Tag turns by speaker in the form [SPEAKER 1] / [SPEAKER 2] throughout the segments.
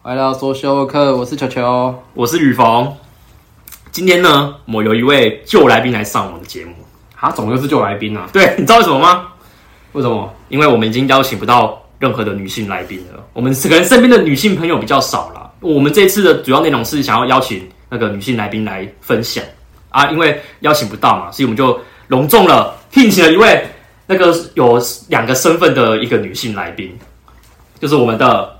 [SPEAKER 1] 欢迎来到说修课，我是球球。
[SPEAKER 2] 我是雨逢。今天呢，我有一位旧来宾来上我们的节目。
[SPEAKER 1] 啊，怎么又是旧来宾啊？
[SPEAKER 2] 对，你知道为什么吗？
[SPEAKER 1] 为什么？
[SPEAKER 2] 因为我们已经邀请不到任何的女性来宾了。我们可能身边的女性朋友比较少啦。我们这次的主要内容是想要邀请那个女性来宾来分享啊，因为邀请不到嘛，所以我们就隆重了聘请了一位那个有两个身份的一个女性来宾，就是我们的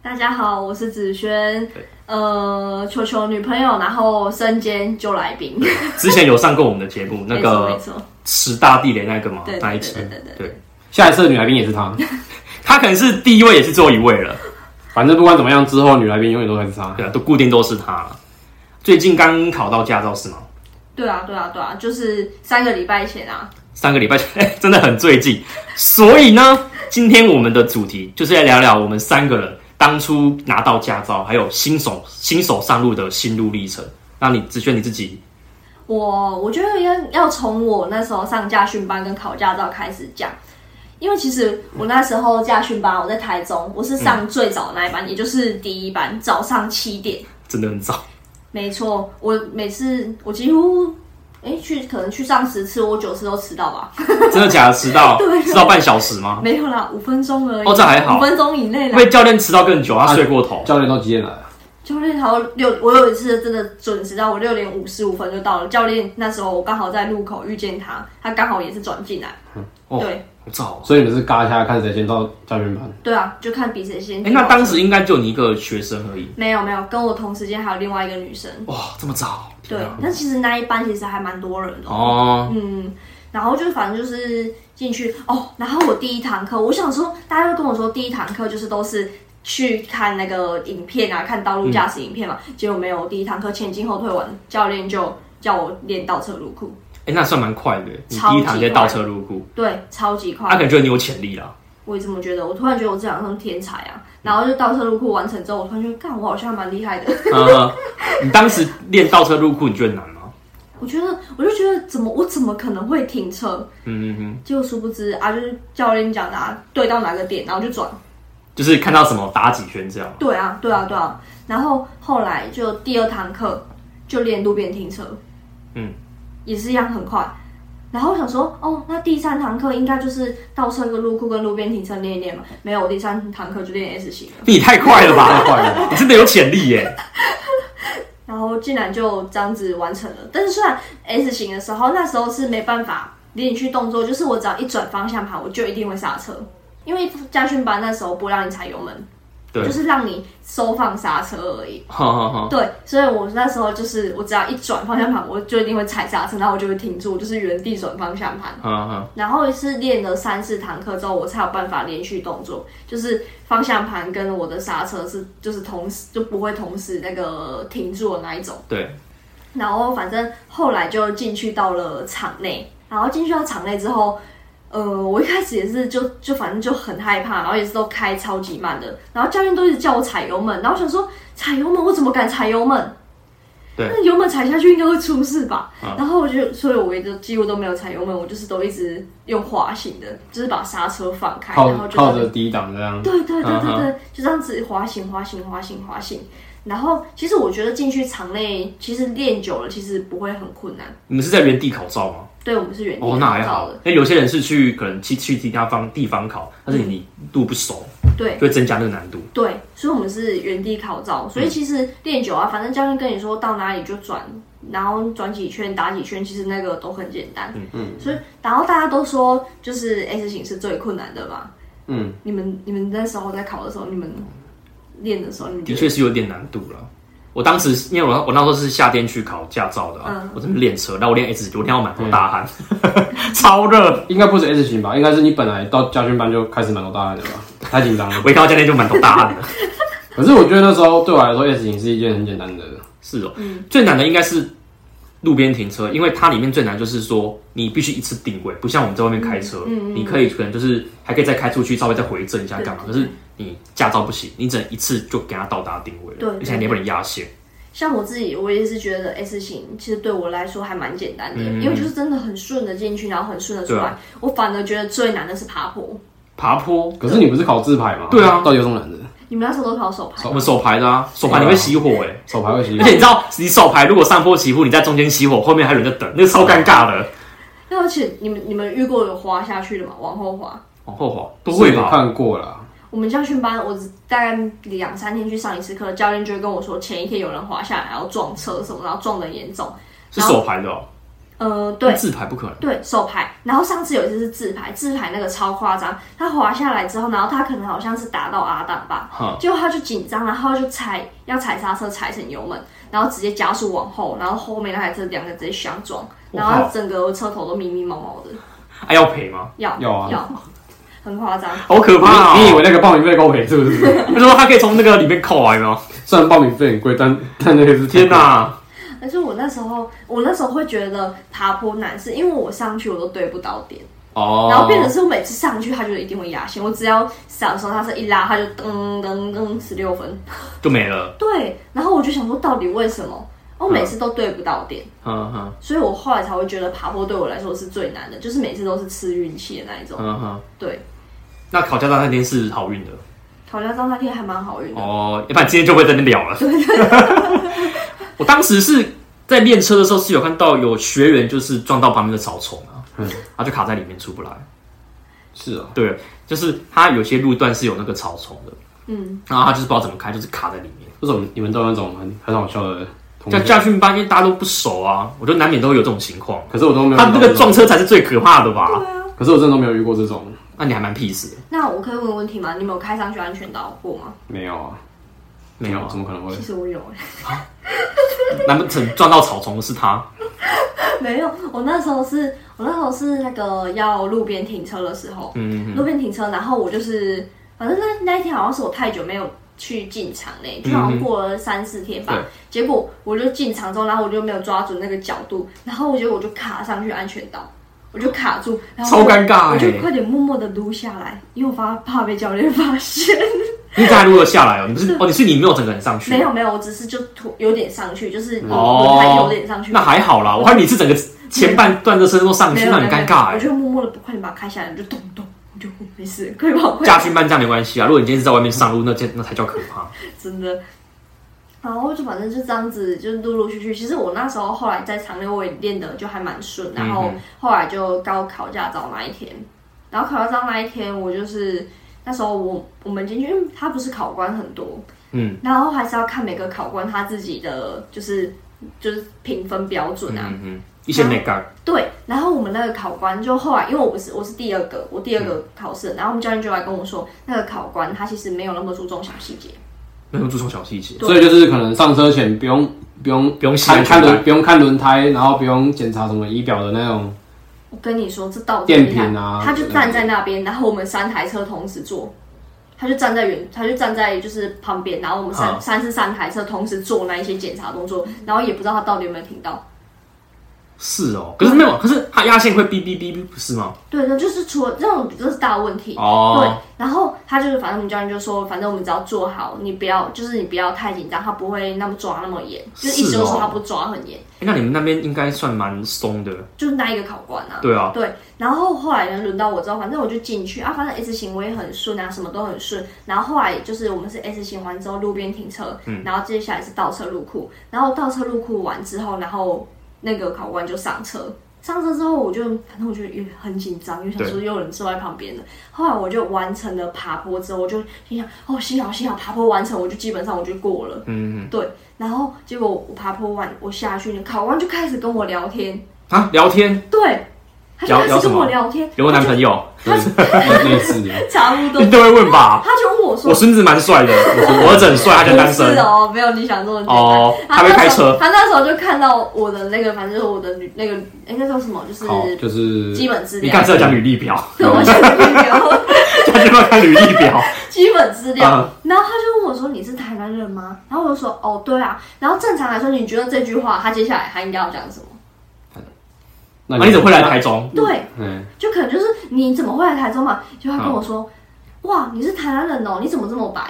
[SPEAKER 3] 大家好，我是子轩，呃，球球女朋友，然后身兼旧来宾，
[SPEAKER 2] 之前有上过我们的节目那
[SPEAKER 3] 没错没
[SPEAKER 2] 个
[SPEAKER 3] 错，
[SPEAKER 2] 十大地雷那个嘛
[SPEAKER 3] 对
[SPEAKER 2] 那一
[SPEAKER 3] 对
[SPEAKER 2] 集
[SPEAKER 3] 对，对对
[SPEAKER 2] 对。
[SPEAKER 1] 下一次的女来宾也是她，
[SPEAKER 2] 他可能是第一位，也是最后一位了，
[SPEAKER 1] 反正不管怎么样，之后女来宾永远都会是她。
[SPEAKER 2] 对啊，都固定都是他了。最近刚考到驾照是吗？
[SPEAKER 3] 对啊对啊对啊，就是三个礼拜前啊，
[SPEAKER 2] 三个礼拜前、 哎真的很最近。所以呢，今天我们的主题就是来聊聊我们三个人当初拿到驾照，还有新手新手上路的心路历程。那你只选你自己，
[SPEAKER 3] 我我觉得要要从我那时候上驾训班跟考驾照开始讲，因为其实我那时候驾训班我在台中，我是上最早的那一
[SPEAKER 2] 嗯
[SPEAKER 3] 班，也就是第一班，早上七点。
[SPEAKER 2] 真的很早，
[SPEAKER 3] 没错，我每次我几乎哎、去可能去上十次，我九次都迟到吧，
[SPEAKER 2] 真的假的？迟 到
[SPEAKER 3] 啊
[SPEAKER 2] 迟到半小时吗？
[SPEAKER 3] 没有啦，五分钟而已。
[SPEAKER 2] 哦这还好
[SPEAKER 3] 五分钟以内
[SPEAKER 2] 会
[SPEAKER 3] 啦
[SPEAKER 2] 不。会教练迟到更久，他睡过头。
[SPEAKER 1] 教练都几点来啊？
[SPEAKER 3] 教练好像六，我有一次真的准时到，我六点五十五分就到了。教练那时候我刚好在路口遇见他，他刚好也是转进来。
[SPEAKER 2] 哦
[SPEAKER 3] 对啊
[SPEAKER 2] 好早哦。
[SPEAKER 1] 所以你们是嘎一下看谁先到教练班。
[SPEAKER 3] 对啊，就看比谁先
[SPEAKER 2] 哎、
[SPEAKER 3] 进。
[SPEAKER 2] 那当时应该就你一个学生而已。
[SPEAKER 3] 没有没有，跟我同时间还有另外一个女生。
[SPEAKER 2] 哇，这么早？
[SPEAKER 3] 对
[SPEAKER 2] 天啊，
[SPEAKER 3] 但其实那一班其实还蛮多人的。
[SPEAKER 2] 哦，
[SPEAKER 3] 嗯，然后就反正就是进去哦，然后我第一堂课，我想说大家都跟我说第一堂课就是都是去看那个影片啊，看道路驾驶影片嘛，结果没有，第一堂课前进后退完，教练就叫我练倒车入库，
[SPEAKER 2] 哎、那算蛮快的耶，你
[SPEAKER 3] 超
[SPEAKER 2] 第一
[SPEAKER 3] 级
[SPEAKER 2] 堂就倒车入库，
[SPEAKER 3] 对，超级
[SPEAKER 2] 他
[SPEAKER 3] 快，
[SPEAKER 2] 可能觉得你有潜力啦。
[SPEAKER 3] 我也这么觉得，我突然觉得我这两像天才啊，然后就倒车入库完成之后，我突然觉得干，我好像蛮厉害的，
[SPEAKER 2] 呃，你当时练倒车入库，你觉得难吗？
[SPEAKER 3] 我觉得我就觉得怎么我怎么可能会停车，
[SPEAKER 2] 嗯嗯嗯，
[SPEAKER 3] 结果殊不知啊，就是教练讲的、啊，对到哪个点，然后就转。
[SPEAKER 2] 就是看到什么打几圈这样。
[SPEAKER 3] 对啊，对啊，对啊。然后后来就第二堂课就练路边停车，
[SPEAKER 2] 嗯，
[SPEAKER 3] 也是一样很快。然后我想说，哦，那第三堂课应该就是倒车跟入库跟路边停车练一练嘛。没有，我第三堂课就练 S 型了。
[SPEAKER 2] 你也太快了
[SPEAKER 1] 太
[SPEAKER 2] 吧！
[SPEAKER 1] 快 了，
[SPEAKER 2] 你真的有潜力耶！
[SPEAKER 3] 然后竟然就这样子完成了。但是虽然 S 型的时候，那时候是没办法连续动作，就是我只要一转方向盘，我就一定会刹车，因为家训班那时候不让你踩油门，
[SPEAKER 2] 对
[SPEAKER 3] 就是让你收放刹车而已。
[SPEAKER 2] 哈哈哈，
[SPEAKER 3] 对，所以我那时候就是，我只要一转方向盘，我就一定会踩刹车，然后我就会停住，就是原地转方向盘。
[SPEAKER 2] 哈哈，
[SPEAKER 3] 然后是练了三四堂课之后，我才有办法连续动作，就是方向盘跟我的刹车是就是同时就不会同时那个停住的那一种。
[SPEAKER 2] 对，
[SPEAKER 3] 然后反正后来就进去到了场内，然后进去到场内之后，呃，我一开始也是就就反正就很害怕，然后也是都开超级慢的，然后教练都一直叫我踩油门，然后我想说踩油门我怎么敢踩油门？
[SPEAKER 2] 对
[SPEAKER 3] 那油门踩下去应该会出事吧？
[SPEAKER 1] 啊
[SPEAKER 3] 然后我就，所以我也就几乎都没有踩油门，我就是都一直用滑行的，就是把刹车放开，然
[SPEAKER 1] 靠
[SPEAKER 3] 后就
[SPEAKER 1] 靠着低档这样。
[SPEAKER 3] 对对对对
[SPEAKER 2] 嗯
[SPEAKER 3] 对，就这样子滑行滑行滑行滑行。然后其实我觉得进去场内，其实练久了，其实不会很困难。
[SPEAKER 2] 你们是在原地考照吗？
[SPEAKER 3] 对我们是原地
[SPEAKER 2] 哦，那还
[SPEAKER 3] 考
[SPEAKER 2] 好
[SPEAKER 3] 照的，。
[SPEAKER 2] 因为有些人是去可能去去其他方地方考，但是你
[SPEAKER 3] 嗯
[SPEAKER 2] 路不熟，
[SPEAKER 3] 对
[SPEAKER 2] 就会增加那个难度。
[SPEAKER 3] 对，所以我们是原地考
[SPEAKER 2] 嗯
[SPEAKER 3] 照。所以其实练久啊，反正教练跟你说到哪里就转，然后转几圈打几圈，其实那个都很简单。嗯嗯。所以然后大家都说，就是 S 型是最困难的嘛。
[SPEAKER 1] 嗯，
[SPEAKER 3] 你们你们那时候在考的时候，你们练的时候，你们觉
[SPEAKER 2] 的
[SPEAKER 3] 得
[SPEAKER 2] 确是有点难度了。我当时因为我我那时候是夏天去考驾照的、啊，
[SPEAKER 3] 嗯
[SPEAKER 2] 我真的练车，然后我练 S 级，我练到满头大汗， 超热。
[SPEAKER 1] 应该不是 S 型吧？应该是你本来到教训班就开始满头大汗了吧？太紧张了。
[SPEAKER 2] 我一看到教练就满头大汗了。
[SPEAKER 1] 可是我觉得那时候对我来说，S 型是一件很简单的。
[SPEAKER 2] 是哦，
[SPEAKER 3] 嗯
[SPEAKER 2] 最难的应该是路边停车，因为它里面最难就是说你必须一次定位，不像我们在外面开车，
[SPEAKER 3] 嗯
[SPEAKER 2] 你可以可能就是还可以再开出去，稍微再回正一下干嘛。可是你驾照不行，你只能一次就给它到达定位了，
[SPEAKER 3] 对
[SPEAKER 2] 而且还
[SPEAKER 3] 对
[SPEAKER 2] 不能压线。
[SPEAKER 3] 像我自己，我也是觉得 S 型其实对我来说还蛮简单的，
[SPEAKER 2] 嗯
[SPEAKER 3] 因为就是真的很顺的进去，然后很顺的出
[SPEAKER 2] 对啊
[SPEAKER 3] 来。我反而觉得最难的是爬坡，
[SPEAKER 2] 爬坡
[SPEAKER 1] 可是你不是考自排吗？
[SPEAKER 2] 对啊
[SPEAKER 1] 到底有什么难的？
[SPEAKER 3] 你们那时候都考手牌
[SPEAKER 1] 手
[SPEAKER 2] 我，们手牌的啊，手牌你会熄火哎、
[SPEAKER 1] 手牌会熄
[SPEAKER 2] 而
[SPEAKER 1] 火，
[SPEAKER 2] 且你知道，你手牌如果上坡起步，你在中间熄火，后面还有人在等，那个超尴尬的。
[SPEAKER 3] 那而且你们你们遇过有滑下去的吗？往后滑。
[SPEAKER 2] 往后滑都会
[SPEAKER 1] 是
[SPEAKER 2] 吧？
[SPEAKER 1] 看过了，
[SPEAKER 3] 我们教训班，我只大概两三天去上一次课，教练就会跟我说，前一天有人滑下来，然后撞车什么，然后撞的严重。
[SPEAKER 2] 是手牌的、哦，
[SPEAKER 3] 呃，对，
[SPEAKER 2] 自牌不可能。
[SPEAKER 3] 对手牌，然后上次有一次是自牌，自牌那个超夸张，他滑下来之后，然后他可能好像是打到阿当吧，
[SPEAKER 2] 哈，
[SPEAKER 3] 结果他就紧张，然后就踩要踩刹车，踩成油门，然后直接加速往后，然后后面那台车两个直接相撞，
[SPEAKER 2] 我
[SPEAKER 3] 然
[SPEAKER 2] 靠
[SPEAKER 3] 后整个车头都迷迷毛毛的，
[SPEAKER 2] 哎、要赔吗？
[SPEAKER 3] 要
[SPEAKER 1] 要啊
[SPEAKER 3] 很 夸张，
[SPEAKER 2] 好可怕哦！
[SPEAKER 1] 你你以为那个报名费够赔是不是？
[SPEAKER 2] 他说他可以从那个里面扣来吗？
[SPEAKER 1] 虽然报名费很贵，但但那个是
[SPEAKER 2] 天哪、
[SPEAKER 1] 哪，
[SPEAKER 3] 但是我那时候我那时候会觉得爬坡难，是因为我上去我都对不到点。
[SPEAKER 2] 哦，
[SPEAKER 3] 然后变成是我每次上去，他就一定会压线。我只要闪的时候，他是一拉，他就噔噔噔十六分。
[SPEAKER 2] 就没了。
[SPEAKER 3] 对，然后我就想说，到底为什么？
[SPEAKER 1] 嗯
[SPEAKER 3] 我每次都对不到点，
[SPEAKER 2] 嗯哼
[SPEAKER 3] 所以我后来才会觉得爬坡对我来说是最难的，就是每次都是吃运气的那一种。
[SPEAKER 2] 嗯哼，
[SPEAKER 3] 对，
[SPEAKER 2] 那考驾照那天是好运的
[SPEAKER 3] 考驾照那天还蛮好运的。
[SPEAKER 2] 哦，要不然今天就不会在那边聊了。我当时是在练车的时候是有看到有学员就是撞到旁边的草丛啊，
[SPEAKER 1] 嗯
[SPEAKER 2] 他就卡在里面出不来。
[SPEAKER 1] 是哦，
[SPEAKER 2] 对，就是他有些路段是有那个草丛的，
[SPEAKER 3] 嗯，
[SPEAKER 2] 然后他就是不知道怎么开，就是卡在里面。
[SPEAKER 1] 为什么你们都有那种很很好笑的同
[SPEAKER 2] 在
[SPEAKER 1] 学？
[SPEAKER 2] 驾训班，因为大家都不熟啊，我觉得难免都会有这种情况。
[SPEAKER 1] 可是我都没有遇
[SPEAKER 2] 他
[SPEAKER 1] 到这
[SPEAKER 2] 那个
[SPEAKER 1] 种，
[SPEAKER 2] 撞车才是最可怕的吧？
[SPEAKER 3] 啊
[SPEAKER 1] 可是我真的都没有遇过这种，
[SPEAKER 2] 那你还蛮 peace 的，
[SPEAKER 3] 那我可以问问题吗？你们有开上去安全岛过吗？
[SPEAKER 1] 没有啊，
[SPEAKER 2] 没有啊
[SPEAKER 1] 怎么可能会
[SPEAKER 3] 其？实我有、
[SPEAKER 2] 难不成撞到草丛的是他？
[SPEAKER 3] 没有，我那时候是，我那时候是那个要路边停车的时候，
[SPEAKER 2] 嗯
[SPEAKER 3] 路边停车，然后我就是，反正那那一天好像是我太久没有去进场嘞，就好像过了三四天吧。
[SPEAKER 2] 对
[SPEAKER 3] 结果我就进场之后，然后我就没有抓准那个角度，然后我觉得我就卡上去安全岛，我就卡住，然后我
[SPEAKER 2] 超尴尬
[SPEAKER 3] 我
[SPEAKER 2] 欸
[SPEAKER 3] 就快点默默的撸下来，因为我怕怕被教练发现。
[SPEAKER 2] 你大如何下来哦？你不是哦？你是你没有整个人上去？
[SPEAKER 3] 没有没有，我只是就突有点上去，就是轮
[SPEAKER 2] 哦
[SPEAKER 3] 胎有点上去。
[SPEAKER 2] 那还好啦。我看你是整个前半段的车都上
[SPEAKER 3] 没
[SPEAKER 2] 去，
[SPEAKER 3] 有
[SPEAKER 2] 那很
[SPEAKER 3] 没有
[SPEAKER 2] 尴尬
[SPEAKER 3] 我
[SPEAKER 2] 哎。
[SPEAKER 3] 就默默的快点把它开下来，我就咚咚，我就没事，快点把我快点
[SPEAKER 2] 驾训班这样没关系啊。如果你今天是在外面上路，那这那才叫可怕。
[SPEAKER 3] 真的。然后就反正就这样子，就陆陆续续。其实我那时候后来在长六，我也练的就还蛮
[SPEAKER 2] 嗯
[SPEAKER 3] 顺。然后后来就高考驾照那一天，然后考驾照那一天，我就是那时候我我们进去，因为他不是考官很多，
[SPEAKER 2] 嗯，
[SPEAKER 3] 然后还是要看每个考官他自己的就是就是评分标准啊。
[SPEAKER 2] 嗯嗯，一些美感
[SPEAKER 3] 对，然后我们那个考官就后来，因为我不是我是第二个，我第
[SPEAKER 2] 嗯
[SPEAKER 3] 二个考试，然后我们教练就来跟我说，那个考官他其实没有那么注重小细节。
[SPEAKER 2] 没有注重小细节，
[SPEAKER 3] 对
[SPEAKER 1] 所以就是可能上车前不用不用
[SPEAKER 2] 不用细
[SPEAKER 1] 看看
[SPEAKER 2] 的
[SPEAKER 1] 轮不用看轮胎，然后不用检查什么仪表的那种，
[SPEAKER 3] 我跟你说，这到底
[SPEAKER 1] 电瓶啊
[SPEAKER 3] 他就站在那边，然后我们三台车同时坐，他就站在远，他就站在就是旁边，然后我们三、
[SPEAKER 2] 啊
[SPEAKER 3] 三是三台车同时做那一些检查动作，然后也不知道他到底有没有听到。
[SPEAKER 2] 是哦。可是没有，可是它压线会哔哔哔哔，不是吗？
[SPEAKER 3] 对，那就是除了这种这是大问题。对
[SPEAKER 2] 哦，，
[SPEAKER 3] 然后他就是，反正我们教练就说，反正我们只要做好，你不要，就是你不要太紧张，他不会那么抓那么严，就是一直
[SPEAKER 2] 是
[SPEAKER 3] 都
[SPEAKER 2] 哦
[SPEAKER 3] 说他不抓很严，
[SPEAKER 2] 诶那你们那边应该算蛮松的，
[SPEAKER 3] 就是那一个考官啊。
[SPEAKER 2] 对啊。
[SPEAKER 3] 对，然后后来呢，轮到我之后，反正我就进去啊，反正 S 型我也很顺啊，什么都很顺。然后后来就是我们是 S 型完之后，路边停车，
[SPEAKER 2] 嗯
[SPEAKER 3] 然后接下来是倒车入库，然后倒车入库完之后，然后那个考官就上车。上车之后，我就反正我就也很紧张，因为想说又有人坐在旁边的。后来我就完成了爬坡之后，我就心想哦，幸好幸好爬坡完成，我就基本上我就过了。
[SPEAKER 2] 嗯
[SPEAKER 3] 嗯，对。然后结果我爬坡完，我下去，考官就开始跟我聊天，
[SPEAKER 2] 啊，聊天
[SPEAKER 3] 对，他就
[SPEAKER 2] 聊
[SPEAKER 3] 开
[SPEAKER 2] 聊
[SPEAKER 3] 始
[SPEAKER 2] 什
[SPEAKER 3] 跟我
[SPEAKER 2] 么
[SPEAKER 3] 聊天，
[SPEAKER 2] 有没有男朋友，
[SPEAKER 1] 类 类似的。
[SPEAKER 3] 差不多
[SPEAKER 2] 一定。都会问吧。
[SPEAKER 3] 他就问我说：“
[SPEAKER 2] 我孙子蛮帅的，我儿子很帅，他就单
[SPEAKER 3] 不是
[SPEAKER 2] 身。
[SPEAKER 3] 哦，没有你想那么简单。
[SPEAKER 2] 哦，他会开
[SPEAKER 3] 那时候
[SPEAKER 2] 车，
[SPEAKER 3] 他那时候就看到我的那个，反正就是我的履那个应该叫什么，就是
[SPEAKER 2] 哦
[SPEAKER 1] 好，就是
[SPEAKER 3] 基本资
[SPEAKER 2] 你
[SPEAKER 3] 料。
[SPEAKER 2] 看这要讲履历表，
[SPEAKER 3] 对 我想跟你聊
[SPEAKER 2] 他就要看履历 表。
[SPEAKER 3] 基本资料
[SPEAKER 2] 嗯。
[SPEAKER 3] 然后他就问我说：“你是台湾人吗？”然后我就说：“哦，对啊。”然后正常来说，你觉得这句话他接下来他应该要讲什么？
[SPEAKER 1] 那
[SPEAKER 2] 那啊你怎么会来台 中？
[SPEAKER 3] 对，
[SPEAKER 1] 嗯，
[SPEAKER 3] 就可能就是你怎么会来台中嘛？就他跟我
[SPEAKER 2] 嗯
[SPEAKER 3] 说：“哇，你是台湾人哦，你怎么这么白？”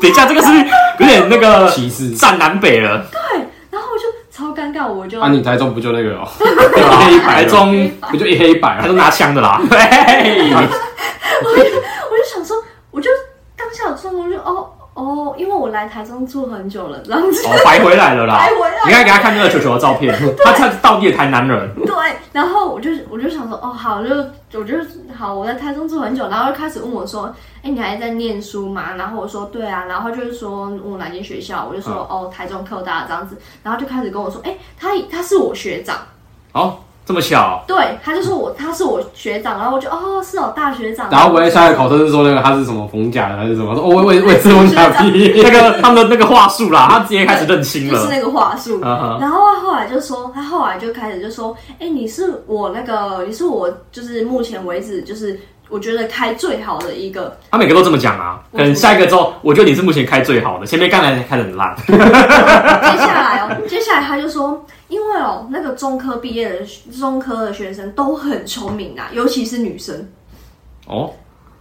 [SPEAKER 2] 等一下，这个是不是有点那个
[SPEAKER 1] 歧视
[SPEAKER 2] 站南北了，
[SPEAKER 3] 对，然后我就超尴尬，我就
[SPEAKER 1] 啊，你台中不就那个哦，
[SPEAKER 2] 对吧？
[SPEAKER 1] 一黑一白
[SPEAKER 2] 台
[SPEAKER 1] 了
[SPEAKER 2] 中，
[SPEAKER 1] 不就一黑一白
[SPEAKER 2] 台
[SPEAKER 1] 啊？
[SPEAKER 2] 中拿枪的啦。嘿
[SPEAKER 3] 我就想说，我就当下有状况，我就哦哦，因为我来台中住很久了，这样子。
[SPEAKER 2] 哦，白回来了
[SPEAKER 1] 啊
[SPEAKER 2] 啦
[SPEAKER 3] 白回来！了
[SPEAKER 2] 你应该给他看那个球球的照片，他他到底也台南人，
[SPEAKER 3] 对，然后我就我就想说，哦，好，就我就好，我在台中住很久，然后就开始问我说，哎，你还在念书吗？然后我说对啊，然后就是说问我哪间学校，我就
[SPEAKER 1] 嗯
[SPEAKER 3] 说、哦，台中科大这样子，然后就开始跟我说，哎，他他是我学长，
[SPEAKER 2] 哦，这么巧，
[SPEAKER 3] 对，他就说我他是我学长，然后我就哦是哦大学长，
[SPEAKER 1] 然后我在下一个考生是说那个他是什么逢甲的还是什么？说哦，我我我是逢甲毕业
[SPEAKER 2] 那个他们的那个话术啦，他直接开始认清
[SPEAKER 3] 就是
[SPEAKER 2] 了。
[SPEAKER 3] 那个话 术，
[SPEAKER 2] 啊哈
[SPEAKER 3] 然后他后来就说，他后来就开始就说，哎、你是我那个，你是我，就是目前为止，就是我觉得开最好的一个，
[SPEAKER 2] 他每个都这么讲啊，可能下一个之后，我觉得你是目前开最好的，前面刚才开的很烂，
[SPEAKER 3] 接下来哦，接下来他就说，因为哦，那个中科毕业的中科的学生都很聪明啊，尤其是女生，
[SPEAKER 2] 哦，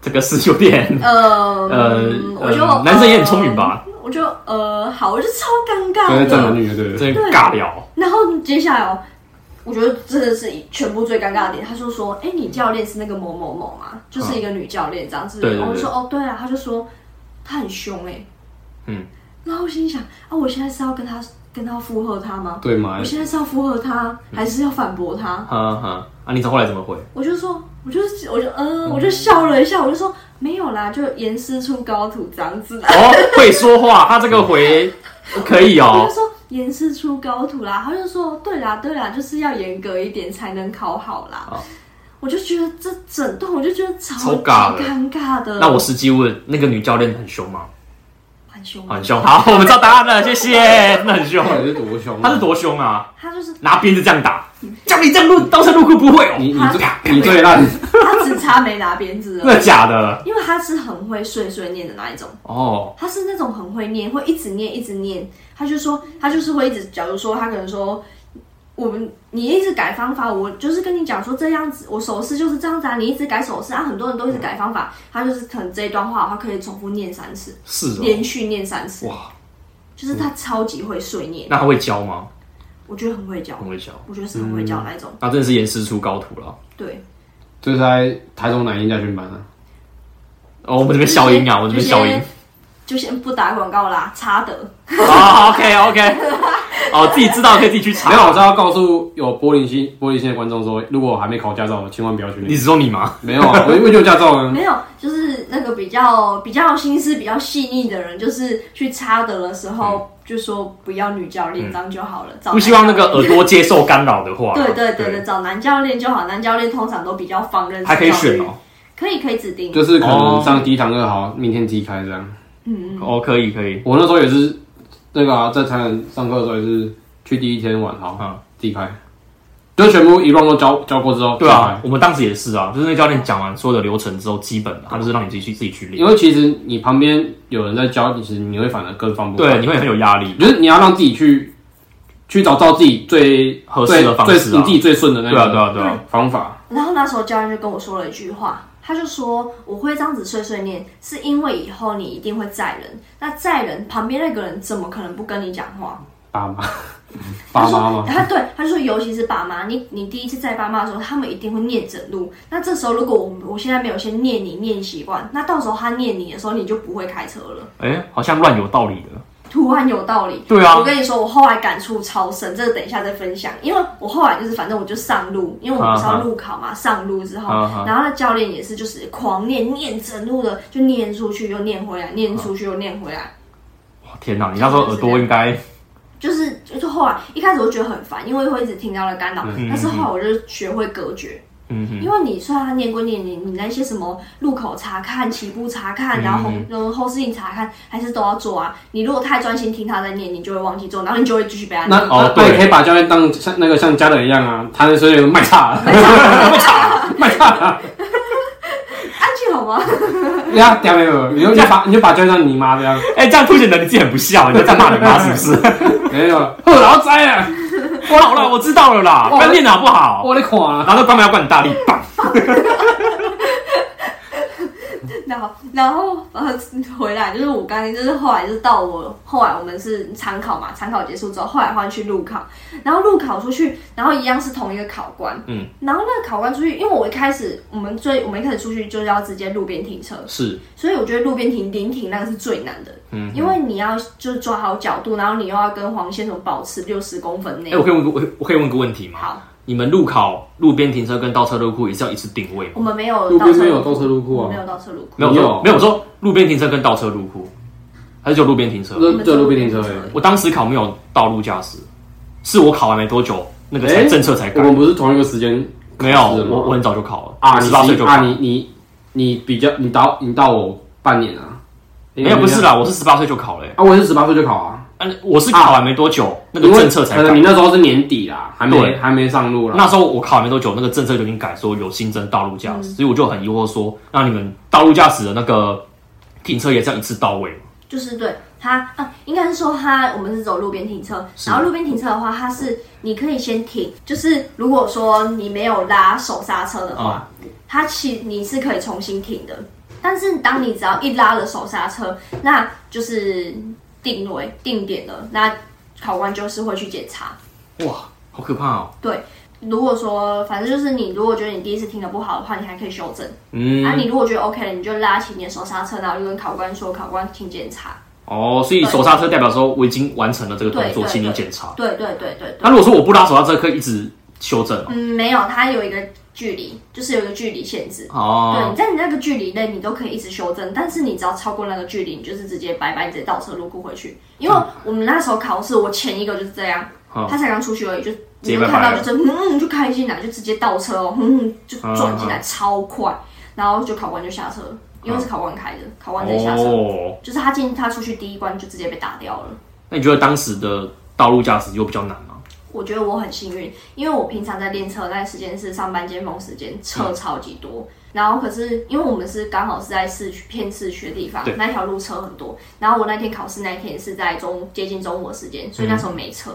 [SPEAKER 2] 这个是有点，
[SPEAKER 3] 呃，
[SPEAKER 2] 嗯呃
[SPEAKER 3] 我就、
[SPEAKER 2] 呃男生也很聪明吧
[SPEAKER 3] 呃我就呃，好，我就超尴尬
[SPEAKER 1] 就
[SPEAKER 3] 的
[SPEAKER 1] 在，站男女的，
[SPEAKER 3] 哦
[SPEAKER 1] 对不对？
[SPEAKER 2] 真的尬聊，
[SPEAKER 3] 然后接下来哦，我觉得真的是全部最尴尬的点，他就说：“哎、你教练是那个某某某吗？就是一个女教练这样子。
[SPEAKER 2] 嗯对对
[SPEAKER 3] 然后我
[SPEAKER 2] 对
[SPEAKER 3] 就说：“哦，对啊。”他就说：“她很凶哎、
[SPEAKER 2] 嗯，
[SPEAKER 3] 然后我心里想：“啊，我现在是要跟他跟他附和他吗？
[SPEAKER 1] 对嘛
[SPEAKER 2] 哎
[SPEAKER 3] 我？现在是要附和他，
[SPEAKER 2] 嗯
[SPEAKER 3] 还是要反驳他
[SPEAKER 2] 哈哈，啊，你后来怎么回？？”
[SPEAKER 3] 我就说：“我就我就嗯、我就笑了一下，我就说没有啦，就严师出高徒这样子啦。”
[SPEAKER 2] 哦，会说话， 他这个回可以
[SPEAKER 3] 他
[SPEAKER 2] 哦
[SPEAKER 3] 就，说严师出高徒啦，他就说对啦对啦，就是要严格一点才能考好啦。
[SPEAKER 2] 哦
[SPEAKER 3] 我就觉得这整段我就觉得超
[SPEAKER 2] 超
[SPEAKER 3] 级
[SPEAKER 2] 尬的
[SPEAKER 3] 尴尬的，
[SPEAKER 2] 那我实际问，那个女教练很凶吗？
[SPEAKER 3] 很凶
[SPEAKER 2] 很凶。好， 我们知道答案了，谢谢。真的很凶
[SPEAKER 1] 到，底是多凶啊？
[SPEAKER 2] 他是多凶啊？
[SPEAKER 3] 他就是
[SPEAKER 2] 拿鞭子这样打，叫你这样入刀山入库不会哦，
[SPEAKER 1] 你你
[SPEAKER 3] 他
[SPEAKER 1] 最你最烂，
[SPEAKER 3] 他只差没拿鞭子
[SPEAKER 2] 真的
[SPEAKER 3] 了，
[SPEAKER 2] 假的？
[SPEAKER 3] 因为他是很会碎碎念的那一种，
[SPEAKER 2] 哦，
[SPEAKER 3] 他是那种很会念，会一直念一直念。他就说他就是会一直，假如说他可能说。我们你一直改方法，我就是跟你讲说这样子，我手势就是这样子啊，你一直改手势啊，很多人都一直改方法，他就是可能这一段话他可以重复念三次，
[SPEAKER 2] 是哦，
[SPEAKER 3] 连续念三次，
[SPEAKER 2] 哇，
[SPEAKER 3] 就是他超级会碎念，
[SPEAKER 2] 那他会教吗？
[SPEAKER 3] 我觉得很会教
[SPEAKER 2] 很，会教，
[SPEAKER 3] 我觉得是很会教那一种。
[SPEAKER 2] 那真的是严师出高徒了。
[SPEAKER 3] 对，
[SPEAKER 1] 就是在台中南音驾训班啊。
[SPEAKER 2] 哦，我们这边消音啊，我们这边消音。
[SPEAKER 3] 就先不打广告啦，差的。
[SPEAKER 2] 好，OK OK，哦， 自己知道可以自己去
[SPEAKER 1] 没有，我是
[SPEAKER 2] 查。
[SPEAKER 1] 要告诉有玻璃心玻璃心的观众说，如果我还没考驾照，千万不要去那
[SPEAKER 2] 你
[SPEAKER 1] 里。
[SPEAKER 2] 是说你吗？
[SPEAKER 1] 没有啊，我因为有驾照 啊。
[SPEAKER 3] 没有，就是那个比较比较心思比较细腻的人，就是去差的的时候，就说不要女教练，这样就好了。
[SPEAKER 2] 嗯
[SPEAKER 3] 找
[SPEAKER 2] 不希望那个耳朵接受干扰的话。
[SPEAKER 3] 男教练。对对对对，找男教练就好。男教练通常都比较放任，
[SPEAKER 2] 还可以选哦。。
[SPEAKER 3] 可以可以指定。
[SPEAKER 1] 就是可能上第一堂课好，明天踢开这样。
[SPEAKER 3] 嗯嗯，
[SPEAKER 2] 哦，可以可以。
[SPEAKER 1] 我那时候也是那个、啊、在台南上课的时候也是去第一天晚
[SPEAKER 2] 嗯
[SPEAKER 1] 好，踢开，就全部一 round 都教教过之后，
[SPEAKER 2] 对
[SPEAKER 1] 再
[SPEAKER 2] 啊
[SPEAKER 1] 开，，
[SPEAKER 2] 我们当时也是啊，就是那教练讲完所有的流程之后，基本的他就是让你自己去自己去
[SPEAKER 1] 因
[SPEAKER 2] 练。
[SPEAKER 1] 为其实你旁边有人在教，其实你会反而更放不开
[SPEAKER 2] 对，，你会很有压力。
[SPEAKER 1] 就是你要让自己去去找到自己最
[SPEAKER 2] 合适的方式啊
[SPEAKER 1] 最最你自己最顺的那
[SPEAKER 2] 对啊，对
[SPEAKER 1] 个
[SPEAKER 2] 啊，对啊。
[SPEAKER 1] 方法。
[SPEAKER 3] 然后那时候教练就跟我说了一句话，他就说：“我会这样子碎碎念，是因为以后你一定会载人。那载人旁边那个人怎么可能不跟你讲话？
[SPEAKER 1] 爸妈，
[SPEAKER 3] 他
[SPEAKER 1] 爸
[SPEAKER 3] 说
[SPEAKER 1] 妈 吗？
[SPEAKER 3] 他对他就说，尤其是爸妈，你你第一次载爸妈的时候，他们一定会念整路。那这时候如果我我现在没有先念你念习惯，那到时候他念你的时候，你就不会开车了。
[SPEAKER 2] 哎，好像乱有道理的。
[SPEAKER 3] 突然有道理。
[SPEAKER 2] 对啊
[SPEAKER 3] 我跟你说，我后来感触超深，这个等一下再分享。因为我后来就是，反正我就上路，因为我们不是
[SPEAKER 2] 啊
[SPEAKER 3] 要
[SPEAKER 2] 哈
[SPEAKER 3] 路考嘛，上路之后，
[SPEAKER 2] 啊哈
[SPEAKER 3] 然后那教练也是就是狂念，念整路的，就念出去又念回来，念出去又念回来。
[SPEAKER 2] 哇天哪，你那时候耳朵应该
[SPEAKER 3] 就是就是后来一开始我觉得很烦，因为会一直听到了干扰，
[SPEAKER 2] 嗯
[SPEAKER 3] 但是后来我就学会隔绝，
[SPEAKER 2] 嗯
[SPEAKER 3] 因为你虽然他念归念，你你那些什么路口查看、起步查看，然后红嗯后视镜查看，还是都要做啊。你如果太专心听他在念，你就会忘记做，然后你就会继续被他
[SPEAKER 1] 那
[SPEAKER 3] 念。
[SPEAKER 2] 哦
[SPEAKER 1] 那
[SPEAKER 2] 对
[SPEAKER 1] 你可以把教练当像那个像家人一样啊，他那时候有卖差，
[SPEAKER 3] 安静好吗？
[SPEAKER 1] 呀，掉没有？你就你就把你就 把教练当你妈这样，
[SPEAKER 2] 哎这样凸显得你自己很不孝，你在骂你妈是不是？
[SPEAKER 1] 没 有，呵，哎老栽啊，
[SPEAKER 2] 我老了，我知道了啦，不要念得好不好？
[SPEAKER 1] 我的看啊，
[SPEAKER 2] 然后他妈要灌你大力，棒！
[SPEAKER 3] 然后然后呃回来就是我刚才就是后来就是到我后来我们是参考嘛，参考结束之后，后来换去路考，然后路考出去，然后一样是同一个考官，
[SPEAKER 2] 嗯，
[SPEAKER 3] 然后那个考官出去，因为我一开始我们最我们一开始出去就是要直接路边停车，
[SPEAKER 2] 是
[SPEAKER 3] 所以我觉得路边停临停那个是最难的，嗯，因为你要就是抓好角度，然后你又要跟黄线什么保持六十公分内
[SPEAKER 2] 哎、。我可以问个我我可以问个问题吗？
[SPEAKER 3] 好，
[SPEAKER 2] 你们路考路边停车跟倒车入库也是要一次定位吗？
[SPEAKER 3] 我们没有
[SPEAKER 1] 路
[SPEAKER 3] 倒
[SPEAKER 1] 边
[SPEAKER 3] 车
[SPEAKER 1] 没
[SPEAKER 3] 入
[SPEAKER 1] 有
[SPEAKER 3] 库
[SPEAKER 1] 倒车入库
[SPEAKER 3] 我们
[SPEAKER 1] 啊
[SPEAKER 3] 没，有倒车入库。
[SPEAKER 2] 没有，我说
[SPEAKER 1] 有
[SPEAKER 2] 没有，我说路边停车跟倒车入库，还是就路边停车？
[SPEAKER 1] 那对路边停车而已。
[SPEAKER 2] 我当时考没有道路驾驶，是我考完没多久，那个才
[SPEAKER 1] 哎
[SPEAKER 2] 政策才
[SPEAKER 1] 我
[SPEAKER 2] 改。
[SPEAKER 1] 们不是同一个时间
[SPEAKER 2] 没有，
[SPEAKER 1] 是吗
[SPEAKER 2] 我我很早就考了
[SPEAKER 1] 啊，你
[SPEAKER 2] 十八岁就考。
[SPEAKER 1] 啊，你你你比较你到你到我半年啊？
[SPEAKER 2] 没有，不是
[SPEAKER 1] 啊，
[SPEAKER 2] 啦，我是十八岁就考了、欸。
[SPEAKER 1] 啊，我也是十八岁就考啊，
[SPEAKER 2] 嗯，我是考完没多久，那个
[SPEAKER 1] 因为
[SPEAKER 2] 政策才
[SPEAKER 1] 可能你
[SPEAKER 2] 改。
[SPEAKER 1] 那时候是年底啦，还
[SPEAKER 2] 对
[SPEAKER 1] 没还没上路啦。
[SPEAKER 2] 那时候我考完没多久，那个政策就已经改说有新增道路驾
[SPEAKER 3] 嗯
[SPEAKER 2] 驶，所以我就很疑惑说，那你们道路驾驶的那个停车也是要一次到位吗？
[SPEAKER 3] 就是对它啊，应该是说它我们是走路边停车，然后路边停车的话，它是你可以先停，就是如果说你没有拉手刹车的
[SPEAKER 2] 啊
[SPEAKER 1] 啊
[SPEAKER 3] 话，它其你是可以重新停的。但是当你只要一拉了手刹车，那就是定位定点了，那考官就是会去检查。
[SPEAKER 2] 哇，好可怕哦！
[SPEAKER 3] 如果说，反正就是你，如果觉得你第一次听的不好的话，你还可以修正。
[SPEAKER 2] 嗯，
[SPEAKER 3] 啊，你如果觉得 OK 了，你就拉起你的手刹车，然后就跟考官说，考官请检查。
[SPEAKER 2] 哦，所以手刹车代表说我已经完成了这个动作，
[SPEAKER 3] 对对
[SPEAKER 2] 请你检查。
[SPEAKER 3] 对对对对对。
[SPEAKER 2] 那如果说我不拉手刹车，可以一直修正吗
[SPEAKER 3] 嗯，没有，它有一个距离，就是有一个距离限制。对，
[SPEAKER 2] 哦。
[SPEAKER 3] 你在你那个距离内，你都可以一直修正，但是你只要超过那个距离，你就是直接拜拜，直接倒车入库回去。因为我们那时候考试，我前一个就是这样，
[SPEAKER 2] 嗯
[SPEAKER 3] 他才刚出去而已，就
[SPEAKER 2] 接
[SPEAKER 3] 你
[SPEAKER 2] 拜
[SPEAKER 3] 就
[SPEAKER 2] 拜
[SPEAKER 3] 看到
[SPEAKER 2] 了
[SPEAKER 3] 就真嗯嗯就开进来，就直接倒车哦，嗯嗯就撞进来，超快，然后就考官就下车，因为是考嗯官开的，考官直接下车，
[SPEAKER 2] 哦，
[SPEAKER 3] 就是他进他出去第一关就直接被打掉了。
[SPEAKER 2] 那你觉得当时的道路驾驶又比较难吗？
[SPEAKER 3] 我觉得我很幸运，因为我平常在练车的那段时间是上班尖峰时间，车超级多。然后可是因为我们是刚好是在市区偏市区的地方
[SPEAKER 2] 对，
[SPEAKER 3] 那条路车很多。然后我那天考试那一天是在中接近中午的时间，所以那
[SPEAKER 2] 嗯
[SPEAKER 3] 时候没车，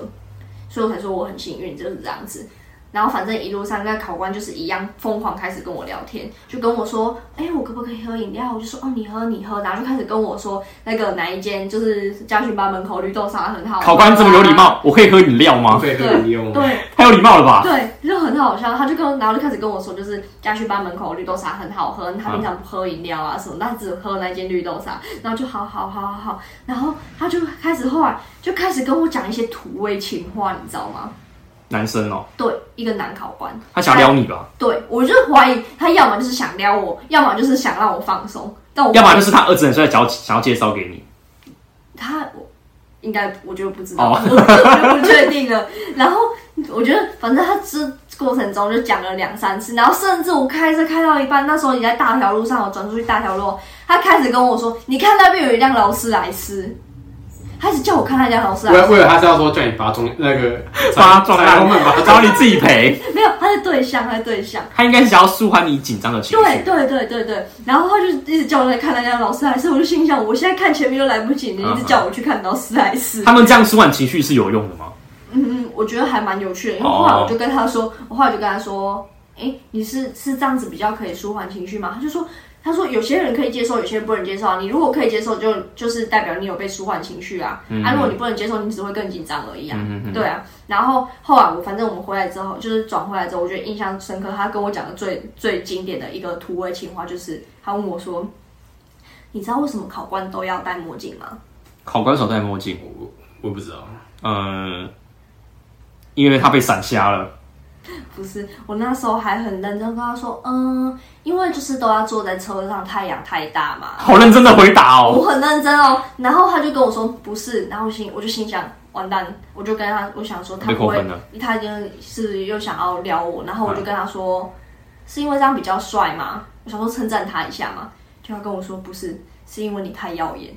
[SPEAKER 3] 所以我才说我很幸运就是这样子。然后反正一路上那考官就是一样疯狂开始跟我聊天，就跟我说，哎、我可不可以喝饮料？我就说，哦，你喝你喝，然后就开始跟我说那个哪一间就是家训班门口绿豆沙很好喝啊、
[SPEAKER 2] 考官这么有礼貌，我可以喝饮料吗？
[SPEAKER 1] 对
[SPEAKER 3] 对
[SPEAKER 1] 你用
[SPEAKER 3] 对，
[SPEAKER 2] 太有礼貌了吧？
[SPEAKER 3] 对，就很好笑。他就跟我，然后就开始跟我说，就是家去班门口绿豆沙很好喝，哎他平常不喝饮料啊什么，他只喝那间绿豆沙，然后就好好好好好，然后他就开始后来就开始跟我讲一些土味情话，你知道吗？
[SPEAKER 2] 男生哦，
[SPEAKER 3] 对，一个男考官，
[SPEAKER 2] 他想撩你吧？
[SPEAKER 3] 对我就怀疑他要么就是想撩我，要么就是想让我放松，但我
[SPEAKER 2] 要么就是他儿子很帅，想要想要介绍给你。
[SPEAKER 3] 他我应该我就不知道，
[SPEAKER 2] 哦
[SPEAKER 3] 我我就不确定了。然后我觉得，反正他这过程中就讲了两三次，然后甚至我开车开到一半，那时候你在大条路上，我转出去大条路，他开始跟我说：“你看那边有一辆劳斯莱斯。”开始叫我看那辆劳斯莱斯
[SPEAKER 1] 为，为了他是要说叫你拔中那 个
[SPEAKER 2] 把他撞
[SPEAKER 1] 彩虹
[SPEAKER 2] 烂
[SPEAKER 1] 门 拔，
[SPEAKER 2] 然后你自己赔。
[SPEAKER 3] 没有，他是对象，他是对象。
[SPEAKER 2] 他应该是想要舒缓你紧张的情
[SPEAKER 3] 对
[SPEAKER 2] 绪。
[SPEAKER 3] 对对对对，然后他就一直叫我来看那辆劳斯莱斯，我就心想，我现在看前面都来不及，你一直叫我去看劳斯莱斯。
[SPEAKER 2] 他们这样舒缓情绪是有用的吗？
[SPEAKER 3] 嗯，嗯，我觉得还蛮有趣的，因为
[SPEAKER 2] 哦
[SPEAKER 3] 后来我就跟他说，我后来就跟他说，哎、你是是这样子比较可以舒缓情绪吗？他就说，他说有些人可以接受，有些人不能接受啊。你如果可以接受就，就是代表你有被舒缓情绪啊。啊，如果你不能接受，你只会更紧张而已
[SPEAKER 2] 嗯
[SPEAKER 3] 啊。对啊。然后后来我反正我们回来之后，就是转回来之后，我觉得印象深刻。他跟我讲的最最经典的一个土味情话就是，他问我说，你知道为什么考官都要戴墨镜吗？
[SPEAKER 2] 考官手戴墨镜，
[SPEAKER 1] 我我不知道，
[SPEAKER 2] 嗯，因为他被闪瞎了。
[SPEAKER 3] 不是，我那时候还很认真跟他说，嗯，因为就是都要坐在车上，太阳太大嘛。
[SPEAKER 2] 好认真的回答哦。
[SPEAKER 3] 我很认真哦，然后他就跟我说不是，然后我心我就心想完蛋，我就跟他我想说他
[SPEAKER 2] 被
[SPEAKER 3] 不
[SPEAKER 2] 扣
[SPEAKER 3] 会
[SPEAKER 2] 分了，
[SPEAKER 3] 他就是又想要撩我，然后我就跟他说、是因为这样比较帅吗？我想说称赞他一下嘛，就他跟我说不是，是因为你太耀眼。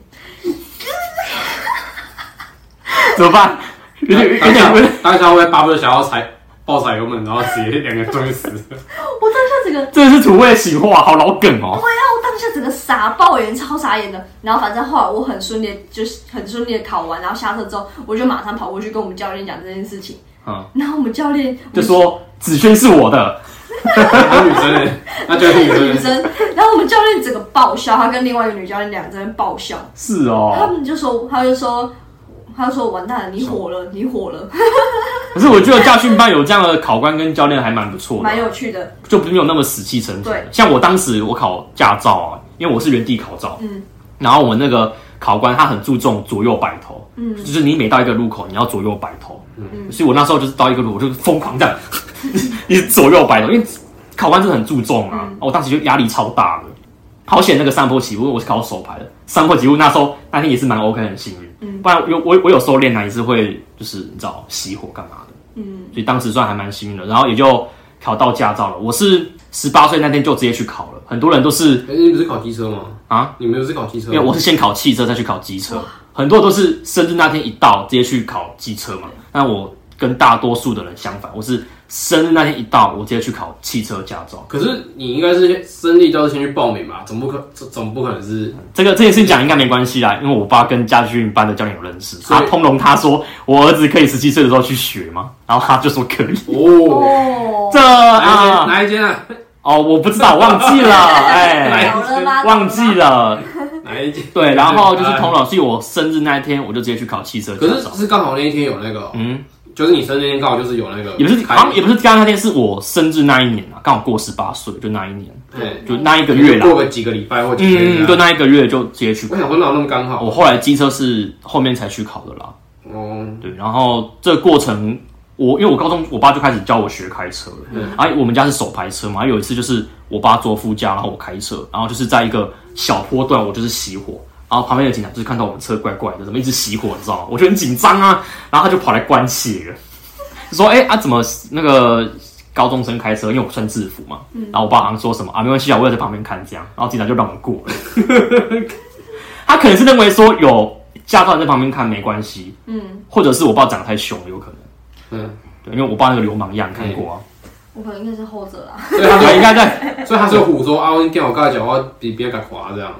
[SPEAKER 2] 怎么办？有点有点有点，
[SPEAKER 1] 大家会巴不得想要踩爆踩油门，然后直接两个撞就 死。
[SPEAKER 3] 我当下整个
[SPEAKER 2] 真的是土味情话，好老梗哦。
[SPEAKER 3] 对啊，我当下整个傻爆眼，超傻眼的。然后反正后来我很顺利地，就是很顺利的考完，然后下车之后，我就马上跑过去跟我们教练讲这件事情。
[SPEAKER 2] 嗯，
[SPEAKER 3] 然后我们教练
[SPEAKER 2] 就说子轩是我的，
[SPEAKER 1] 然后女生呢？那教练女生
[SPEAKER 3] 女
[SPEAKER 1] 呢
[SPEAKER 3] 生，然后我们教练整个爆笑，他跟另外一个女教练两个人爆笑，
[SPEAKER 2] 是
[SPEAKER 3] 他
[SPEAKER 2] 哦，
[SPEAKER 3] 们就说，他就说，他就说完蛋了，你火了，你火了，
[SPEAKER 2] 可是我觉得家训班有这样的考官跟教练还蛮不错的
[SPEAKER 3] 蛮，有趣的，
[SPEAKER 2] 就没有那么死气沉沉
[SPEAKER 3] 对。
[SPEAKER 2] 像我当时我考驾照啊，因为我是原地考照，
[SPEAKER 3] 嗯
[SPEAKER 2] 然后我那个考官他很注重左右摆头，
[SPEAKER 3] 嗯
[SPEAKER 2] 就是你每到一个路口你要左右摆头，
[SPEAKER 3] 嗯
[SPEAKER 2] 所以我那时候就是到一个路我就疯狂这样， 一直左右摆头，因为考官真的很注重啊，
[SPEAKER 3] 嗯
[SPEAKER 2] 我当时就压力超大的。好险那个山坡起步，我是考手牌的，山坡起步那时候那天也是蛮 OK，很幸运，
[SPEAKER 3] 嗯
[SPEAKER 2] 不然有我我有时候练呢也是会就是你知道熄火干嘛的。
[SPEAKER 3] 嗯
[SPEAKER 2] 所以当时算还蛮幸运的，然后也就考到驾照了。我是十八岁那天就直接去考了，很多人都是
[SPEAKER 1] 可是你不是考机车吗？
[SPEAKER 2] 啊，
[SPEAKER 1] 你们不是考机车
[SPEAKER 2] 因
[SPEAKER 1] 吗？
[SPEAKER 2] 为我是先考汽车再去考机车，很多人都是生日那天一到直接去考机车嘛。那我跟大多数的人相反，我是生日那天一到我直接去考汽车驾照。
[SPEAKER 1] 可是你应该是生力都是先去报名吧？总不可总总不可能是
[SPEAKER 2] 这个这件事情讲应该没关系啦，因为我爸跟家训班的教练有认识，
[SPEAKER 1] 所以
[SPEAKER 2] 他通融他说我儿子可以十七岁的时候去学嘛，然后他就说可以。
[SPEAKER 1] 哦。
[SPEAKER 3] 哦，
[SPEAKER 2] 这
[SPEAKER 1] 哪一间？
[SPEAKER 2] 啊
[SPEAKER 1] 哪一间啊？
[SPEAKER 2] 哦，我不知道，忘记了， 哎，
[SPEAKER 3] 老了啦，
[SPEAKER 2] 忘记了。
[SPEAKER 1] 哪一间？
[SPEAKER 2] 对，然后就是
[SPEAKER 1] 哎
[SPEAKER 2] 通老，所以我生日那一天我就直接去考汽车驾
[SPEAKER 1] 可是
[SPEAKER 2] 照。
[SPEAKER 1] 是刚好那一天有那个哦，
[SPEAKER 2] 嗯，
[SPEAKER 1] 就是你生日那天刚好就是有那个，
[SPEAKER 2] 也不是，
[SPEAKER 1] 开
[SPEAKER 2] 好像也不是刚刚那天，是我生日那一年啊，刚好过十八岁，就那一年，
[SPEAKER 1] 对，
[SPEAKER 2] 就那一个月啦
[SPEAKER 1] 过。个几个礼拜或几个
[SPEAKER 2] 嗯，
[SPEAKER 1] 月
[SPEAKER 2] 就
[SPEAKER 1] 这样。
[SPEAKER 2] 那一个月就直接去考
[SPEAKER 1] 我。想说哪有那么刚好
[SPEAKER 2] 我后来机车是后面才去考的啦。
[SPEAKER 1] 哦，
[SPEAKER 2] 对，然后这个过程，我因为我高中我爸就开始教我学开车了，
[SPEAKER 1] 嗯
[SPEAKER 2] 然后我们家是手排车嘛，有一次就是我爸坐副驾，然后我开车，然后就是在一个小坡段，我就是熄火。然后旁边的警察就是看到我们车怪怪的，怎么一直熄火，你知道吗？我就很紧张啊，然后他就跑来关切了，就说：“哎、啊，怎么那个高中生开车？因为我穿制服嘛。然后我爸好像说什么啊，没关系啊，我也在旁边看这样。然后警察就让我过 了。他可能是认为说有驾照在旁边看没关系，
[SPEAKER 3] 嗯，
[SPEAKER 2] 或者是我爸长得太凶了，有可能。
[SPEAKER 1] 嗯，
[SPEAKER 2] 对，因为我爸那个流氓样看过啊，
[SPEAKER 3] 我可能应该是后者啦，
[SPEAKER 1] 所以他
[SPEAKER 2] 对，应
[SPEAKER 1] 就
[SPEAKER 2] 该在，
[SPEAKER 1] 所以他就唬说啊，我电我刚才讲话比别人敢滑这样，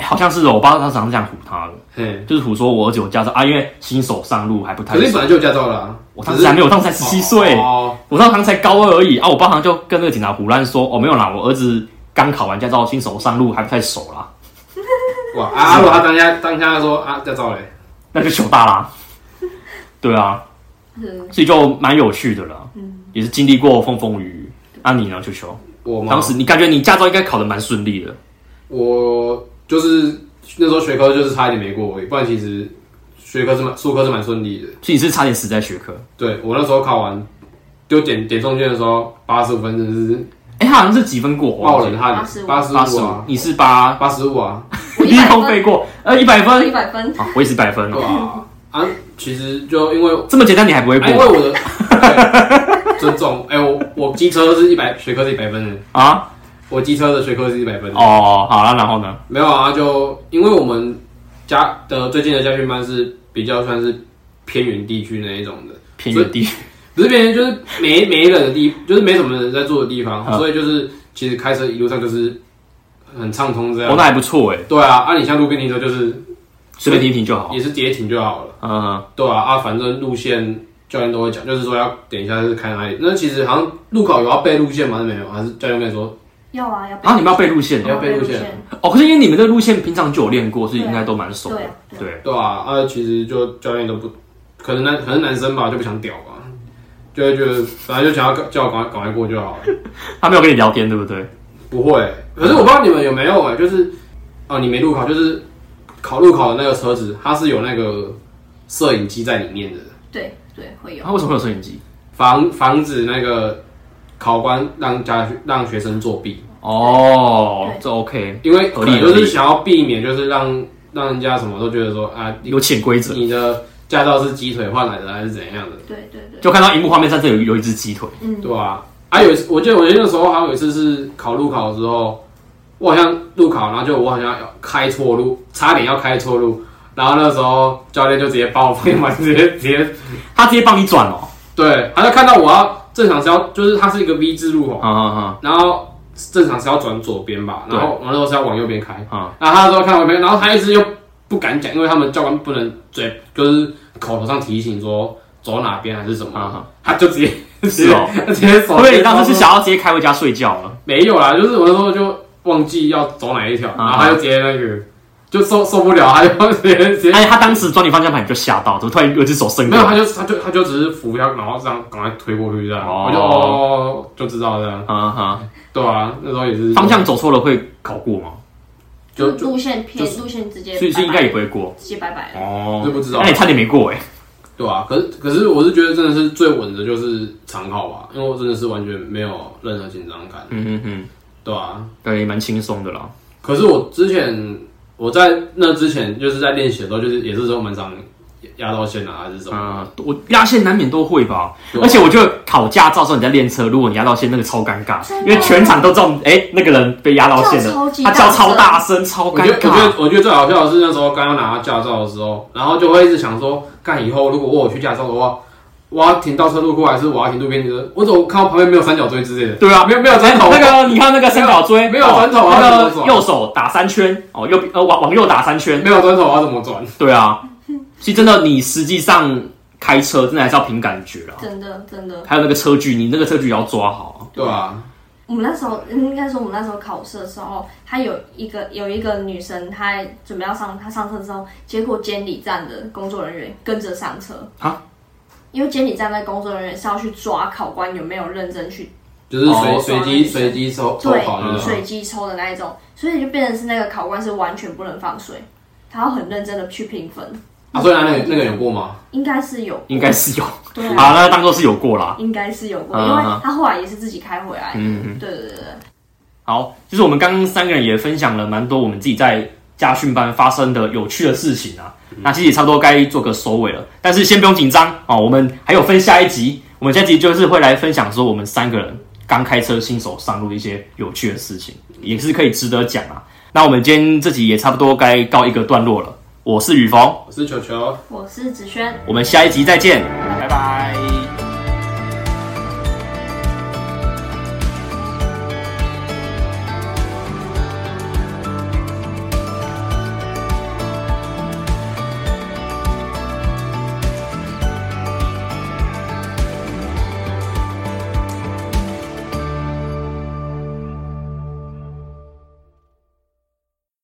[SPEAKER 2] 好像是哦，我爸他常常这样唬他的，
[SPEAKER 1] 嘿，
[SPEAKER 2] 就是唬说我儿子有驾照啊，因为新手上路还不太
[SPEAKER 1] 可是你
[SPEAKER 2] 熟。
[SPEAKER 1] 本来就有驾照了啊，
[SPEAKER 2] 我当时还没有，我当时才十七岁，
[SPEAKER 1] 哦，
[SPEAKER 2] 我当时才高二而已啊。我爸好像就跟那个警察胡乱说，哦，没有啦，我儿子刚考完驾照，新手上路还不太熟啦，
[SPEAKER 1] 哇啊，啊如果他当下当下说啊驾照嘞，
[SPEAKER 2] 那就糗大啦。 对啊，
[SPEAKER 3] 是
[SPEAKER 2] 所以就蛮有趣的啦，
[SPEAKER 3] 嗯，
[SPEAKER 2] 也是经历过风风雨雨。啊，你呢，球球？
[SPEAKER 1] 我吗
[SPEAKER 2] 当时你感觉你驾照应该考得蛮顺利的，
[SPEAKER 1] 我就是那时候学科就是差一点没过而已，不然其实学科是蛮数科是蛮顺利的。
[SPEAKER 2] 所以你是差点死在学科。
[SPEAKER 1] 对我那时候考完就点点中间的时候，八十五分真的是
[SPEAKER 2] 哎、他好像是几分过？我忘
[SPEAKER 1] 冒
[SPEAKER 2] 记了
[SPEAKER 1] 冷汗，
[SPEAKER 3] 85
[SPEAKER 1] 八十
[SPEAKER 2] 八十
[SPEAKER 1] 五
[SPEAKER 2] 五
[SPEAKER 1] 啊，，
[SPEAKER 2] 你是八，
[SPEAKER 1] 八十五啊，
[SPEAKER 3] 我
[SPEAKER 2] 你
[SPEAKER 3] 一百
[SPEAKER 2] 浪费
[SPEAKER 3] 分，
[SPEAKER 2] 过，呃，一百
[SPEAKER 3] 我
[SPEAKER 2] 分
[SPEAKER 3] 一百分，
[SPEAKER 2] 啊，我也是一百分
[SPEAKER 1] 对
[SPEAKER 2] 哦，
[SPEAKER 1] 啊，啊，其实就因为
[SPEAKER 2] 这么简单你还不会
[SPEAKER 1] 啊因为
[SPEAKER 2] 过
[SPEAKER 1] 我的对尊重，哎、我我机车是一百，学科是一百分的，
[SPEAKER 2] 啊？
[SPEAKER 1] 我机车的学科是一百分的。
[SPEAKER 2] 哦，好了，然后呢？
[SPEAKER 1] 没有啊，就因为我们家的最近的家训班是比较算是偏远地区那一种的，
[SPEAKER 2] 偏远地区，
[SPEAKER 1] 不是偏远，就是没没人的地，就是没什么人在住的地方，
[SPEAKER 2] 嗯
[SPEAKER 1] 所以就是其实开车一路上就是很畅通这
[SPEAKER 2] 哦，
[SPEAKER 1] 样。
[SPEAKER 2] 那还不错哎，
[SPEAKER 1] 对啊，啊，你像路边停车就是
[SPEAKER 2] 随便停一停就好。
[SPEAKER 1] 也是直接停就好了。
[SPEAKER 2] 嗯，
[SPEAKER 1] 对啊，啊，反正路线教练都会讲，就是说要等一下是开哪里。那其实好像路口有要背路线吗？还是没有？还是教练跟你说
[SPEAKER 3] 要啊要背
[SPEAKER 2] 啊，你们要背路线
[SPEAKER 1] 你要
[SPEAKER 2] 哦，
[SPEAKER 1] 背路线
[SPEAKER 3] 线，
[SPEAKER 2] 哦，可是因为你们的路线平常就有练过，所以
[SPEAKER 3] 对啊
[SPEAKER 2] 应该都蛮熟
[SPEAKER 3] 对
[SPEAKER 2] 的
[SPEAKER 3] 啊。对啊
[SPEAKER 2] 对，
[SPEAKER 1] 对啊，啊，其实就教练都不，可能男可能男生吧就不想屌吧，就会觉得反正就想要叫我赶快赶快过就好了。
[SPEAKER 2] 他啊没有跟你聊天，对不对？
[SPEAKER 1] 不会，可是我不知道你们有没有哎、就是啊，你没路考，就是考路考的那个车子，它是有那个摄影机在里面的，
[SPEAKER 3] 对对会有，
[SPEAKER 2] 啊他为什么会有摄影机？
[SPEAKER 1] 防防止那个考官让家让学生作弊，
[SPEAKER 2] 哦
[SPEAKER 3] 对，
[SPEAKER 2] 这 OK，
[SPEAKER 1] 因为
[SPEAKER 2] 合
[SPEAKER 1] 可
[SPEAKER 2] 理
[SPEAKER 1] 能就
[SPEAKER 2] 合理
[SPEAKER 1] 是想要避免，就是让让人家什么都觉得说啊，
[SPEAKER 2] 有潜规则，
[SPEAKER 1] 你的驾照是鸡腿换来的还是怎样的。
[SPEAKER 3] 对对对，
[SPEAKER 2] 就看到荧幕画面上这有有一只鸡腿，
[SPEAKER 3] 嗯
[SPEAKER 1] 对啊，还有一次，我记得我那时候好像有一次是考路考的时候，我好像路考，然后就我好像要开错路，差点要开错路，然后那时候教练就直接把我 飞完，直接直接，
[SPEAKER 2] 他直接帮你转哦。
[SPEAKER 1] 对，他就看到我要正常是要，就是它是一个 V 字路口，
[SPEAKER 2] 啊啊
[SPEAKER 1] 然后正常是要转左边吧，
[SPEAKER 2] 对
[SPEAKER 1] 然后我那时候是要往右边开，
[SPEAKER 2] 啊啊！
[SPEAKER 1] 然后他说看我没，然后他一直又不敢讲，因为他们教官不能嘴，就是口头上提醒说走哪边还是什么，
[SPEAKER 2] 啊
[SPEAKER 1] 他就直接
[SPEAKER 2] 是哦，
[SPEAKER 1] 直接手。
[SPEAKER 2] 因为你当时是想要直接开回家睡觉了，
[SPEAKER 1] 没有啦，就是我那时候就忘记要走哪一条，
[SPEAKER 2] 啊
[SPEAKER 1] 然后他就直接那个就受受不了，他就直接直接
[SPEAKER 2] 而且哎他当时抓你方向盘，你就吓到，怎么突然有一只手伸
[SPEAKER 1] 没
[SPEAKER 2] 过
[SPEAKER 1] 有，他
[SPEAKER 2] 来？
[SPEAKER 1] 就他就他就只是扶一下，然后这样赶快推过去这样，
[SPEAKER 2] 哦
[SPEAKER 1] 我就哦就知道这样，
[SPEAKER 2] 嗯哼，
[SPEAKER 1] 对啊，那时候也是
[SPEAKER 2] 方向走错了会考过吗？
[SPEAKER 1] 就
[SPEAKER 3] 就
[SPEAKER 1] 就
[SPEAKER 3] 路线偏
[SPEAKER 2] 就是
[SPEAKER 3] 路线直接拜拜，
[SPEAKER 2] 所以所以应该也不会过
[SPEAKER 3] 直接拜拜了。
[SPEAKER 2] 哦
[SPEAKER 1] 就不知道
[SPEAKER 2] 那你差点没过哎，
[SPEAKER 1] 对啊，可是可是我是觉得真的是最稳的就是长号吧，因为我真的是完全没有任何紧张感，
[SPEAKER 2] 嗯哼哼，
[SPEAKER 1] 对啊，
[SPEAKER 2] 对，蛮轻松的啦。
[SPEAKER 1] 可是我之前我在那之前就是在练习的时候，就是也是说蛮常压到线啊还是什么，
[SPEAKER 2] 嗯，我压线难免都会吧，
[SPEAKER 1] 对啊
[SPEAKER 2] 而且我觉得考驾照的时候你在练车，如果你压到线，那个超尴尬，
[SPEAKER 3] 真
[SPEAKER 2] 因
[SPEAKER 3] 的
[SPEAKER 2] 为全场都知道，哎、那个人被压到线
[SPEAKER 3] 叫超
[SPEAKER 2] 了
[SPEAKER 3] 级，
[SPEAKER 2] 他叫
[SPEAKER 3] 大声
[SPEAKER 2] 超大声，超
[SPEAKER 1] 我
[SPEAKER 2] 尴
[SPEAKER 1] 觉得，我觉
[SPEAKER 2] 尬。
[SPEAKER 1] 得，我觉得最好笑的是那时候刚刚拿到驾照的时候，然后就会一直想说，干以后如果我有去驾照的话，我要停倒车路过，还是我要停路边停车？我怎么看到旁边没有三角锥之类的？
[SPEAKER 2] 对啊，
[SPEAKER 1] 没有没有
[SPEAKER 2] 哎
[SPEAKER 1] 转头
[SPEAKER 2] 那个你看那个三角锥，
[SPEAKER 1] 没有
[SPEAKER 2] 哦
[SPEAKER 1] 没有转头啊
[SPEAKER 2] 那
[SPEAKER 1] 怎
[SPEAKER 2] 个
[SPEAKER 1] 么转
[SPEAKER 2] 右手打三圈，哦，右呃往往右打三圈，
[SPEAKER 1] 没有转头，我要怎么转？
[SPEAKER 2] 对啊，其实真的你实际上开车真的还是要凭感觉啦，
[SPEAKER 3] 真的真的，
[SPEAKER 2] 还有那个车距，你那个车距也要抓好
[SPEAKER 1] 对啊，
[SPEAKER 3] 我们那时候应该说我们那时候考试的时候，她有一个有一个女生，她准备要上她上车之后，结果监理站的工作人员跟着上车
[SPEAKER 2] 啊，
[SPEAKER 3] 因为监理站的工作人员是要去抓考官有没有认真去
[SPEAKER 1] 就是随
[SPEAKER 2] 哦
[SPEAKER 1] 随机随机抽抽
[SPEAKER 3] 对嗯
[SPEAKER 1] 考的那种。
[SPEAKER 3] 水机抽的那一种，所以就变成是那个考官是完全不能放水，他要很认真的去评分，
[SPEAKER 1] 啊，所以那那个那个有过吗？
[SPEAKER 3] 应该是有，
[SPEAKER 2] 应该是有，
[SPEAKER 3] 对啊，
[SPEAKER 2] 啊，那当做是有过啦。
[SPEAKER 3] 应该是有过，
[SPEAKER 2] 嗯
[SPEAKER 3] 因为他后来也是自己开回来，
[SPEAKER 2] 嗯。
[SPEAKER 3] 对对对对。
[SPEAKER 2] 好，就是我们刚刚三个人也分享了蛮多我们自己在家训班发生的有趣的事情啊。那其实也差不多该做个收尾了，但是先不用紧张哦，我们还有分下一集。我们下一集就是会来分享说我们三个人刚开车新手上路的一些有趣的事情，也是可以值得讲啊。那我们今天这集也差不多该告一个段落了。我是雨峰，
[SPEAKER 1] 我是球球。
[SPEAKER 3] 我是子轩，
[SPEAKER 2] 我们下一集再见，拜拜。